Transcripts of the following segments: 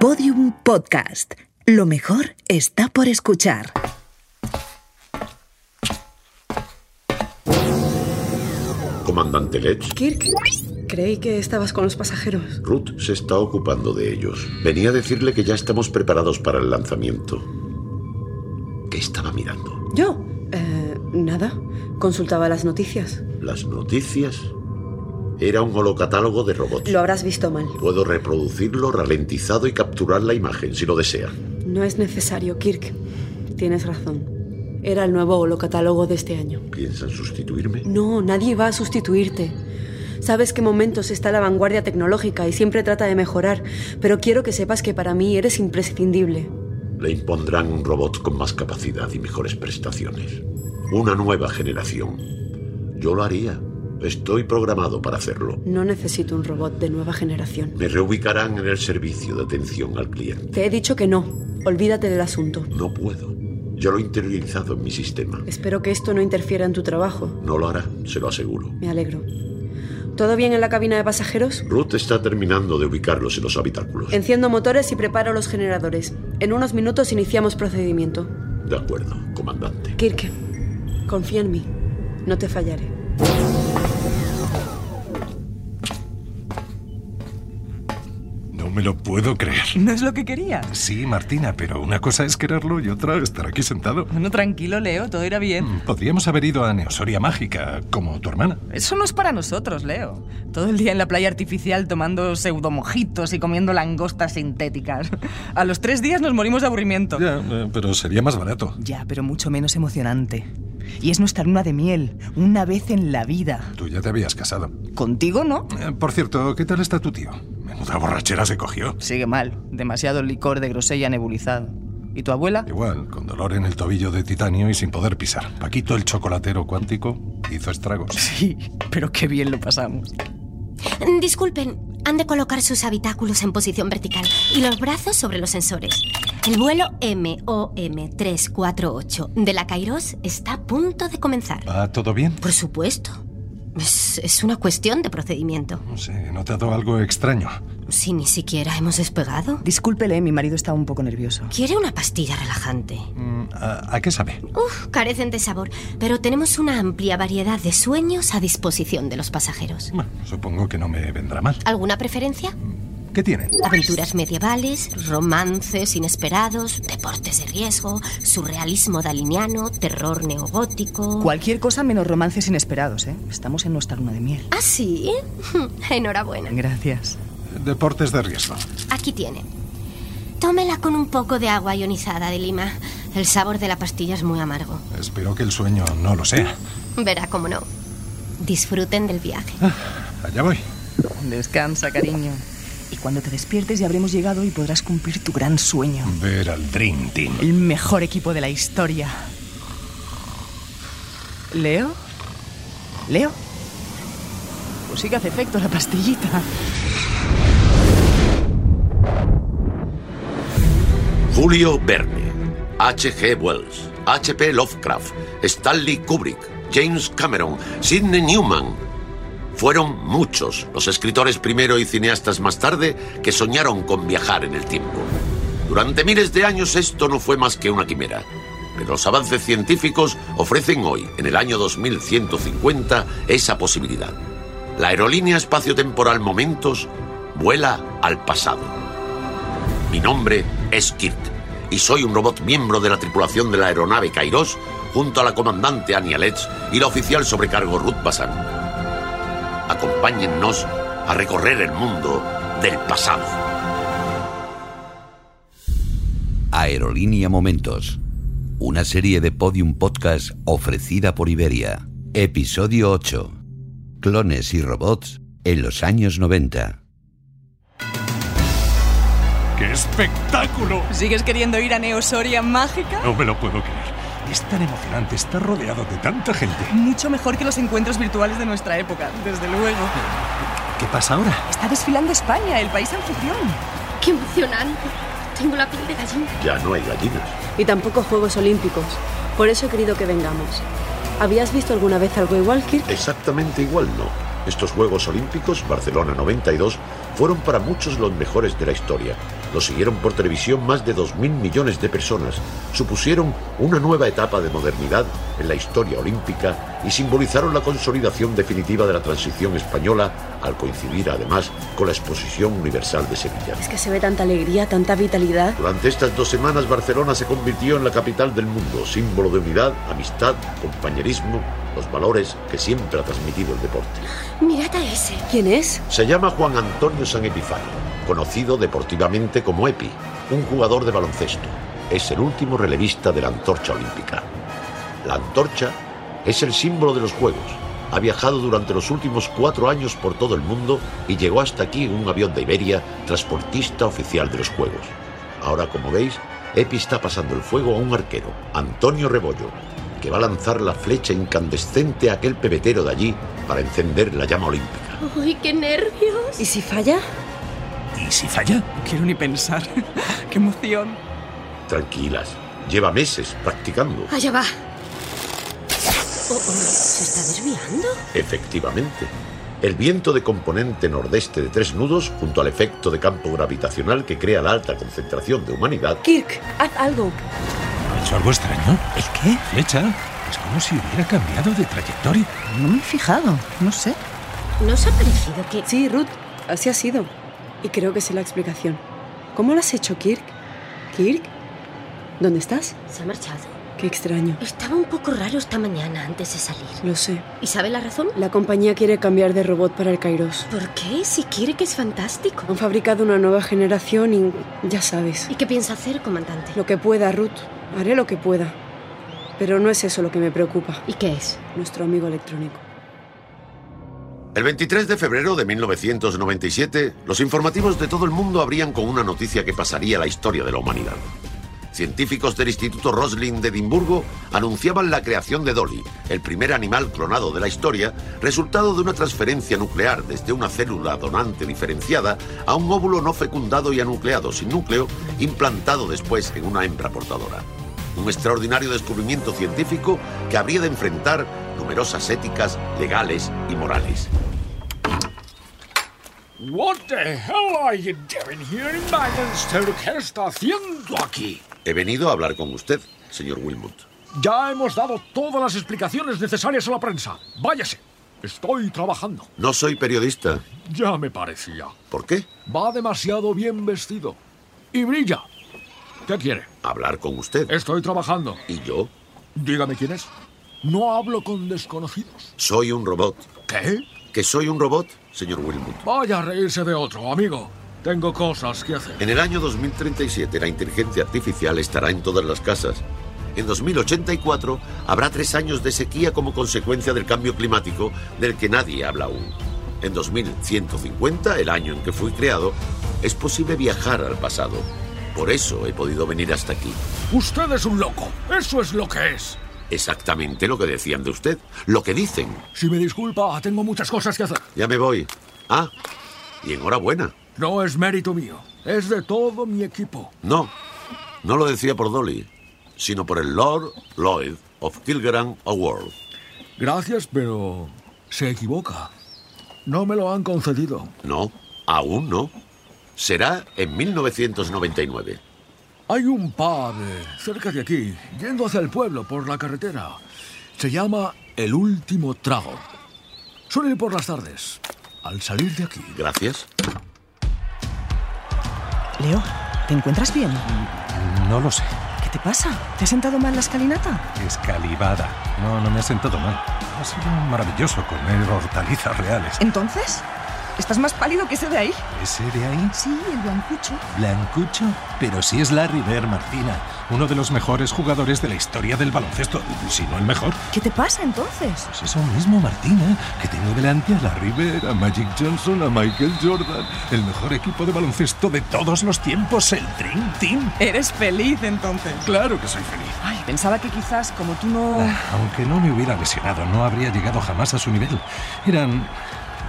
Podium Podcast. Lo mejor está por escuchar. Comandante Lech, Kirk, creí que estabas con los pasajeros. Ruth se está ocupando de ellos. Venía a decirle que ya estamos preparados para el lanzamiento. ¿Qué estaba mirando? ¿Yo? Eh, nada. Consultaba las noticias. ¿Las noticias? Era un holocatálogo de robots. Lo habrás visto mal. Puedo reproducirlo ralentizado y capturar la imagen si lo desea. No es necesario, Kirk. Tienes razón. Era el nuevo holocatálogo de este año. ¿Piensan sustituirme? No, nadie va a sustituirte. Sabes qué momentos está la vanguardia tecnológica y siempre trata de mejorar, pero quiero que sepas que para mí eres imprescindible. Le impondrán un robot con más capacidad y mejores prestaciones. Una nueva generación. Yo lo haría. Estoy programado para hacerlo. No necesito un robot de nueva generación. Me reubicarán en el servicio de atención al cliente. Te he dicho que no. Olvídate del asunto. No puedo. Yo lo he interiorizado en mi sistema. Espero que esto no interfiera en tu trabajo. No lo hará, se lo aseguro. Me alegro. ¿Todo bien en la cabina de pasajeros? Ruth está terminando de ubicarlos en los habitáculos. Enciendo motores y preparo los generadores. En unos minutos iniciamos procedimiento. De acuerdo, comandante. Kirk, confía en mí. No te fallaré. No me lo puedo creer. No es lo que quería. Sí, Martina, pero una cosa es quererlo y otra estar aquí sentado. Bueno, tranquilo, Leo, todo irá Mm. bien. Podríamos haber ido a Neosoria Mágica, como tu hermana. Eso no es para nosotros, Leo. Todo el día en la playa artificial tomando pseudomojitos y comiendo langostas sintéticas. A los tres días nos morimos de aburrimiento. Ya, eh, pero sería más barato. Ya, pero mucho menos emocionante. Y es nuestra luna de miel, una vez en la vida. Tú ya te habías casado. ¿Contigo no? Eh, por cierto, ¿qué tal está tu tío? Menuda borrachera se cogió. Sigue mal. Demasiado licor de grosella nebulizado. ¿Y tu abuela? Igual, con dolor en el tobillo de titanio y sin poder pisar. Paquito el chocolatero cuántico hizo estragos. Sí, pero qué bien lo pasamos. Mm, Disculpen, han de colocar sus habitáculos en posición vertical y los brazos sobre los sensores. El vuelo MOM 348 de la Kairos está a punto de comenzar. ¿Va todo bien? Por supuesto. Es, es una cuestión de procedimiento. No sé, he notado algo extraño. Si ni siquiera hemos despegado. Discúlpele, mi marido está un poco nervioso. Quiere una pastilla relajante. Mm, ¿A, a qué sabe? Uf, carecen de sabor, pero tenemos una amplia variedad de sueños a disposición de los pasajeros. Bueno, supongo que no me vendrá mal. ¿Alguna preferencia? ¿Qué tienen? Aventuras medievales, romances inesperados, deportes de riesgo, surrealismo daliniano, terror neogótico. Cualquier cosa menos romances inesperados, ¿eh? Estamos en nuestra luna de miel. ¿Ah, sí? Enhorabuena. Gracias. Deportes de riesgo. Aquí tiene. Tómela con un poco de agua ionizada de lima. El sabor de la pastilla es muy amargo. Espero que el sueño no lo sea. Verá cómo no. Disfruten del viaje. Allá voy. Descansa, cariño. Y cuando te despiertes ya habremos llegado y podrás cumplir tu gran sueño. Ver al Dream Team. El mejor equipo de la historia. ¿Leo? ¿Leo? Pues sí que hace efecto la pastillita. Julio Verne, H.G. Wells, H.P. Lovecraft, Stanley Kubrick, James Cameron, Sidney Newman. Fueron muchos los escritores primero y cineastas más tarde que soñaron con viajar en el tiempo. Durante miles de años esto no fue más que una quimera. Pero los avances científicos ofrecen hoy, en el año 2150, esa posibilidad. La aerolínea espaciotemporal Momentos vuela al pasado. Mi nombre es Kirk y soy un robot miembro de la tripulación de la aeronave Kairos junto a la comandante Anya Letts y la oficial sobrecargo Ruth Basan. Acompáñennos a recorrer el mundo del pasado. Aerolínea Momentos. Una serie de podium podcast ofrecida por Iberia. Episodio 8. Clones y robots en los años 90. ¡Qué espectáculo! ¿Sigues queriendo ir a Neosoria Mágica? No me lo puedo creer. Es tan emocionante estar rodeado de tanta gente. Mucho mejor que los encuentros virtuales de nuestra época, desde luego. ¿Qué pasa ahora? Está desfilando España, el país anfitrión. ¡Qué emocionante! Tengo la piel de gallina. Ya no hay gallinas. Y tampoco Juegos Olímpicos. Por eso he querido que vengamos. ¿Habías visto alguna vez algo igual, Kirk? Exactamente igual no. Estos Juegos Olímpicos, Barcelona 92, fueron para muchos los mejores de la historia. Lo siguieron por televisión más de 2.000 millones de personas. Supusieron una nueva etapa de modernidad en la historia olímpica y simbolizaron la consolidación definitiva de la transición española al coincidir además con la Exposición Universal de Sevilla. Es que se ve tanta alegría, tanta vitalidad. Durante estas dos semanas Barcelona se convirtió en la capital del mundo, símbolo de unidad, amistad, compañerismo, los valores que siempre ha transmitido el deporte. Mirad a ese. ¿Quién es? Se llama Juan Antonio San Epifanio, conocido deportivamente como Epi, un jugador de baloncesto. Es el último relevista de la antorcha olímpica. La antorcha es el símbolo de los Juegos. Ha viajado durante los últimos cuatro años por todo el mundo y llegó hasta aquí en un avión de Iberia, transportista oficial de los Juegos. Ahora, como veis, Epi está pasando el fuego a un arquero, Antonio Rebollo, que va a lanzar la flecha incandescente a aquel pebetero de allí para encender la llama olímpica. ¡Uy, qué nervios! ¿Y si falla? ¿Y si falla? No quiero ni pensar. ¡Qué emoción! Tranquilas, lleva meses practicando. Allá va. Oh, oh, ¿Se está desviando? Efectivamente. El viento de componente nordeste de tres nudos, junto al efecto de campo gravitacional que crea la alta concentración de humanidad, Kirk, haz algo. ¿Ha hecho algo extraño? ¿El qué? Flecha. Es como si hubiera cambiado de trayectoria. No me he fijado, no sé. ¿No os ha parecido que...? Sí, Ruth, así ha sido. Y creo que sé la explicación. ¿Cómo lo has hecho, Kirk? ¿Kirk? ¿Dónde estás? ¿Se ha marchado? Qué extraño. Estaba un poco raro esta mañana antes de salir. Lo sé. ¿Y sabe la razón? La compañía quiere cambiar de robot para el Kairos. ¿Por qué? Si quiere que es fantástico. Han fabricado una nueva generación y ya sabes. ¿Y qué piensa hacer, comandante? Lo que pueda, Ruth. Haré lo que pueda. Pero no es eso lo que me preocupa. ¿Y qué es? Nuestro amigo electrónico. El 23 de febrero de 1997, los informativos de todo el mundo abrían con una noticia que pasaría a la historia de la humanidad. Científicos del Instituto Roslin de Edimburgo anunciaban la creación de Dolly, el primer animal clonado de la historia, resultado de una transferencia nuclear desde una célula donante diferenciada a un óvulo no fecundado y anucleado sin núcleo, implantado después en una hembra portadora. Un extraordinario descubrimiento científico que habría de enfrentar numerosas éticas legales y morales. What the hell are you doing here in Manchester? ¿Qué está haciendo aquí? He venido a hablar con usted, señor Wilmot. Ya hemos dado todas las explicaciones necesarias a la prensa. Váyase. Estoy trabajando. No soy periodista. Ya me parecía. ¿Por qué? Va demasiado bien vestido. Y brilla. ¿Qué quiere? Hablar con usted. Estoy trabajando. ¿Y yo? Dígame quién es. No hablo con desconocidos. Soy un robot. ¿Qué? ¿Que soy un robot, señor Wilmot? Vaya a reírse de otro, amigo. Tengo cosas que hacer. En el año 2037 la inteligencia artificial estará en todas las casas. En 2084 habrá tres años de sequía como consecuencia del cambio climático del que nadie habla aún. En 2150, el año en que fui creado, es posible viajar al pasado. Por eso he podido venir hasta aquí. Usted es un loco. Eso es lo que es. Exactamente lo que decían de usted, lo que dicen. Si me disculpa, tengo muchas cosas que hacer. Ya me voy. Ah, y enhorabuena. No es mérito mío. Es de todo mi equipo. No, no lo decía por Dolly, sino por el Lord Lloyd of Kilgarran Award. Gracias, pero se equivoca. No me lo han concedido. No, aún no. Será en 1999. Hay un pub eh, cerca de aquí, yendo hacia el pueblo por la carretera. Se llama El Último Trago. Suele ir por las tardes, al salir de aquí. Gracias. Leo, ¿te encuentras bien? No lo sé. ¿Qué te pasa? ¿Te has sentado mal la escalinata? Escalivada. No, no me ha sentado mal. Ha sido maravilloso comer hortalizas reales. ¿Entonces? ¿Estás más pálido que ese de ahí? ¿Ese de ahí? Sí, el blancucho. Blancucho. Pero si es Larry Bird Martina, uno de los mejores jugadores de la historia del baloncesto, si no el mejor. ¿Qué te pasa entonces? Pues eso mismo, Martina, que tengo delante a Larry Bird, a Magic Johnson, a Michael Jordan, el mejor equipo de baloncesto de todos los tiempos, el Dream Team. Eres feliz entonces. Claro que soy feliz. Ay, pensaba que quizás como tú no... Aunque no me hubiera lesionado, no habría llegado jamás a su nivel. Eran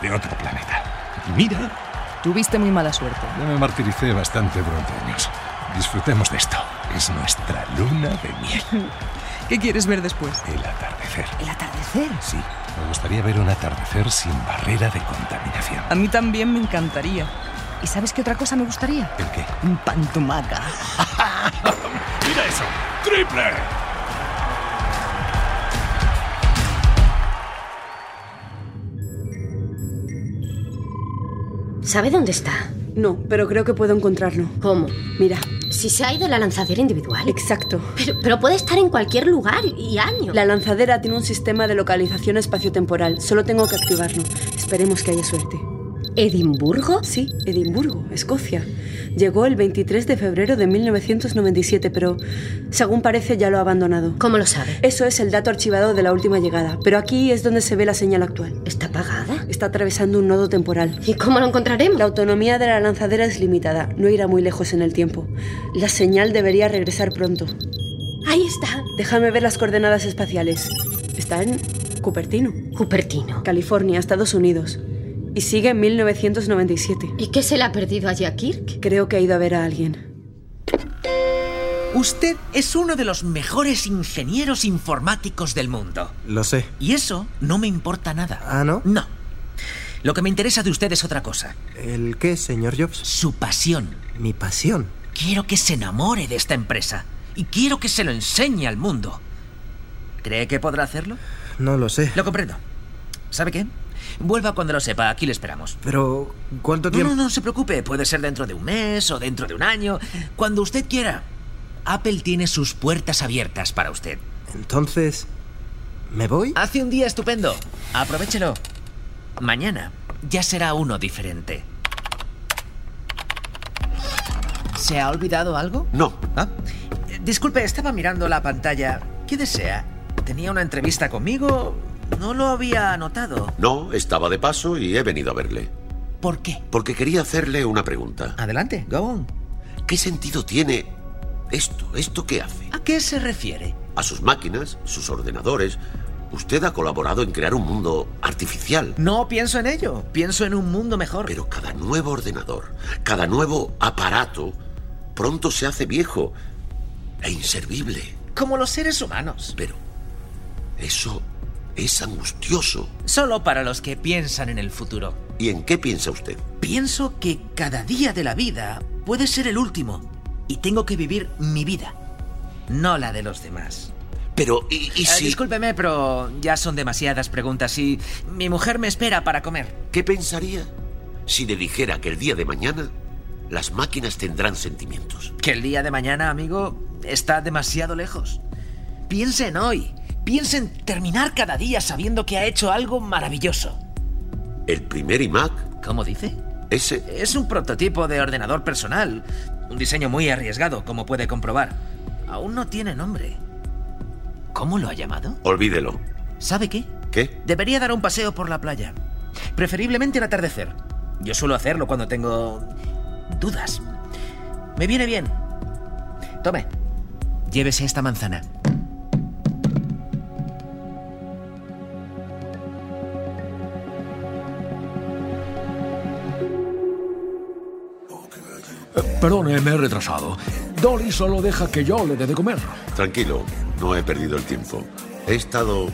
de otro planeta. Y mira, Tuviste muy mala suerte. ya me martiricé bastante durante años. Disfrutemos de esto. Es nuestra luna de miel. ¿Qué quieres ver después? El atardecer. El atardecer. Sí, me gustaría ver un atardecer sin barrera de contaminación. A mí también me encantaría. ¿Y sabes qué otra cosa me gustaría? ¿El qué? Un pantumaca. ¡Mira eso! ¡Triple! ¿Sabe dónde está? No, pero creo que puedo encontrarlo. ¿Cómo? Mira, Si se ha ido la lanzadera individual. exacto. Pero, pero puede estar en cualquier lugar y año. La lanzadera tiene un sistema de localización espaciotemporal. Solo tengo que activarlo. Esperemos que haya suerte. ¿Edimburgo? Sí, Edimburgo, Escocia. Llegó el 23 de febrero de 1997, pero según parece ya lo ha abandonado. ¿Cómo lo sabe? Eso es el dato archivado de la última llegada, pero aquí es donde se ve la señal actual. ¿Está apagada? Está atravesando un nodo temporal. ¿Y cómo lo encontraremos? La autonomía de la lanzadera es limitada, no irá muy lejos en el tiempo. La señal debería regresar pronto. Ahí está. Déjame ver las coordenadas espaciales. Está en Cupertino, Cupertino. California, Estados Unidos. Y sigue en 1997. ¿Y qué se le ha perdido allí a Kirk? Creo que ha ido a ver a alguien. Usted es uno de los mejores ingenieros informáticos del mundo. Lo sé. Y eso no me importa nada. ¿Ah, no? No. Lo que me interesa de usted es otra cosa. ¿El qué, señor Jobs? Su pasión. Mi pasión. Quiero que se enamore de esta empresa. Y quiero que se lo enseñe al mundo. ¿Cree que podrá hacerlo? No lo sé. Lo comprendo. ¿Sabe qué? Vuelva cuando lo sepa. Aquí le esperamos. Pero, ¿cuánto No, tiempo? no, no se preocupe. Puede ser dentro de un mes o dentro de un año. Cuando usted quiera. Apple tiene sus puertas abiertas para usted. Entonces, ¿me voy? Hace un día estupendo. Aprovechelo. Mañana ya será uno diferente. ¿Se ha olvidado algo? No, Ah, eh, disculpe, estaba mirando la pantalla. ¿Qué desea? ¿Tenía una entrevista conmigo? No lo había anotado. no, estaba de paso y he venido a verle. ¿Por qué? Porque quería hacerle una pregunta. Adelante, go on. ¿Qué sentido tiene esto? ¿Esto qué hace? ¿A qué se refiere? A sus máquinas, sus ordenadores. Usted ha colaborado en crear un mundo artificial. No pienso en ello. Pienso en un mundo mejor. Pero cada nuevo ordenador, cada nuevo aparato, pronto se hace viejo e inservible. como los seres humanos. Pero eso es angustioso. Solo para los que piensan en el futuro. ¿Y en qué piensa usted? Pienso que cada día de la vida puede ser el último y tengo que vivir mi vida, no la de los demás. Pero, ¿y, y Eh, si...? discúlpeme, pero ya son demasiadas preguntas y mi mujer me espera para comer. ¿Qué pensaría si le dijera que el día de mañana las máquinas tendrán sentimientos? Que el día de mañana, amigo, está demasiado lejos. Piense en hoy. Piense en terminar cada día sabiendo que ha hecho algo maravilloso. El primer iMac, ¿Cómo dice? ese... Es un prototipo de ordenador personal. Un diseño muy arriesgado, como puede comprobar. Aún no tiene nombre. ¿Cómo lo ha llamado? Olvídelo. ¿Sabe qué? ¿Qué? Debería dar un paseo por la playa. Preferiblemente al atardecer. Yo suelo hacerlo cuando tengo... dudas. Me viene bien. Tome. Llévese esta manzana. Perdone, me he retrasado. Dolly solo deja que yo le dé de comer. Tranquilo, no he perdido el tiempo. He estado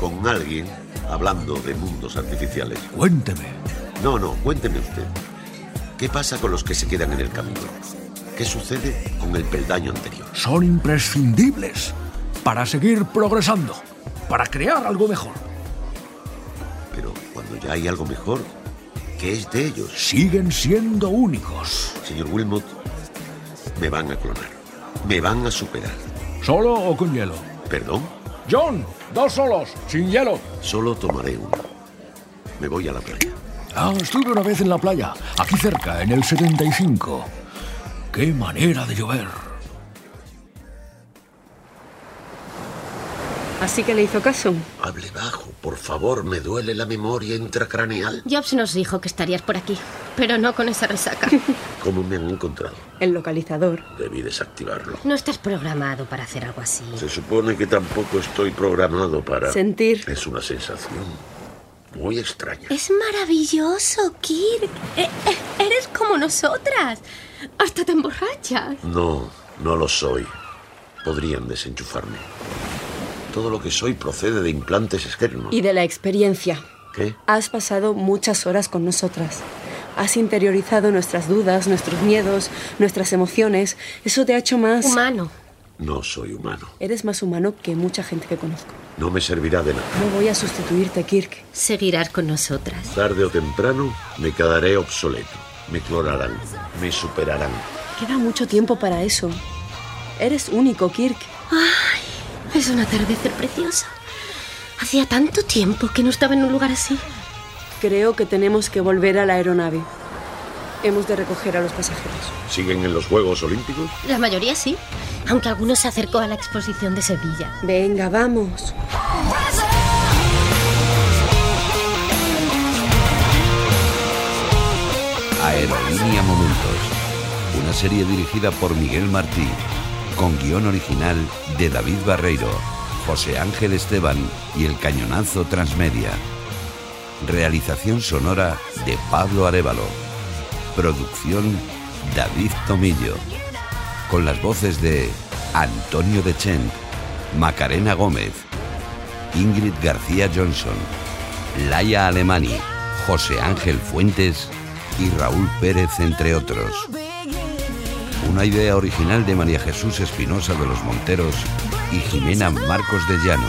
con alguien hablando de mundos artificiales. Cuénteme. No, no, cuénteme usted. ¿Qué pasa con los que se quedan en el camino? ¿Qué sucede con el peldaño anterior? Son imprescindibles para seguir progresando, para crear algo mejor. Pero cuando ya hay algo mejor, ¿qué es de ellos? Siguen siendo únicos. Señor Wilmot, me van a clonar. Me van a superar. ¿Solo o con hielo? ¿Perdón? John, dos solos, sin hielo. Solo tomaré uno. Me voy a la playa. Ah, estuve una vez en la playa, aquí cerca, en el 75. ¡Qué manera de llover! Así que le hizo caso. Hable bajo, por favor, me duele la memoria intracraneal. Jobs nos dijo que estarías por aquí, pero no con esa resaca. ¿Cómo me han encontrado? El localizador. Debí desactivarlo. No estás programado para hacer algo así. Se supone que tampoco estoy programado para... Sentir. Es una sensación muy extraña. Es maravilloso, Kirk. E- e- eres como nosotras. Hasta te emborrachas. No, no lo soy. Podrían desenchufarme. Todo lo que soy procede de implantes externos. Y de la experiencia. ¿Qué? Has pasado muchas horas con nosotras. Has interiorizado nuestras dudas, nuestros miedos, nuestras emociones. Eso te ha hecho más... Humano. No soy humano. Eres más humano que mucha gente que conozco. No me servirá de nada. No voy a sustituirte, Kirk. Seguirás con nosotras. Tarde o temprano me quedaré obsoleto. Me clonarán. Me superarán. Queda mucho tiempo para eso. Eres único, Kirk. Ay, es un atardecer preciosa. Hacía tanto tiempo que no estaba en un lugar así. Creo que tenemos que volver a la aeronave. Hemos de recoger a los pasajeros. ¿Siguen en los Juegos Olímpicos? La mayoría sí, aunque algunos se acercó a la exposición de Sevilla. Venga, vamos. Aerolínea Momentos. Una serie dirigida por Miguel Martí, con guión original de David Barreiro, José Ángel Esteban y El Cañonazo Transmedia. Realización sonora de Pablo Arevalo. Producción David Tomillo. Con las voces de Antonio Dechen, Macarena Gómez, Ingrid García Johnson, Laia Alemani, José Ángel Fuentes y Raúl Pérez, entre otros. Una idea original de María Jesús Espinosa de los Monteros y Jimena Marcos de Llano.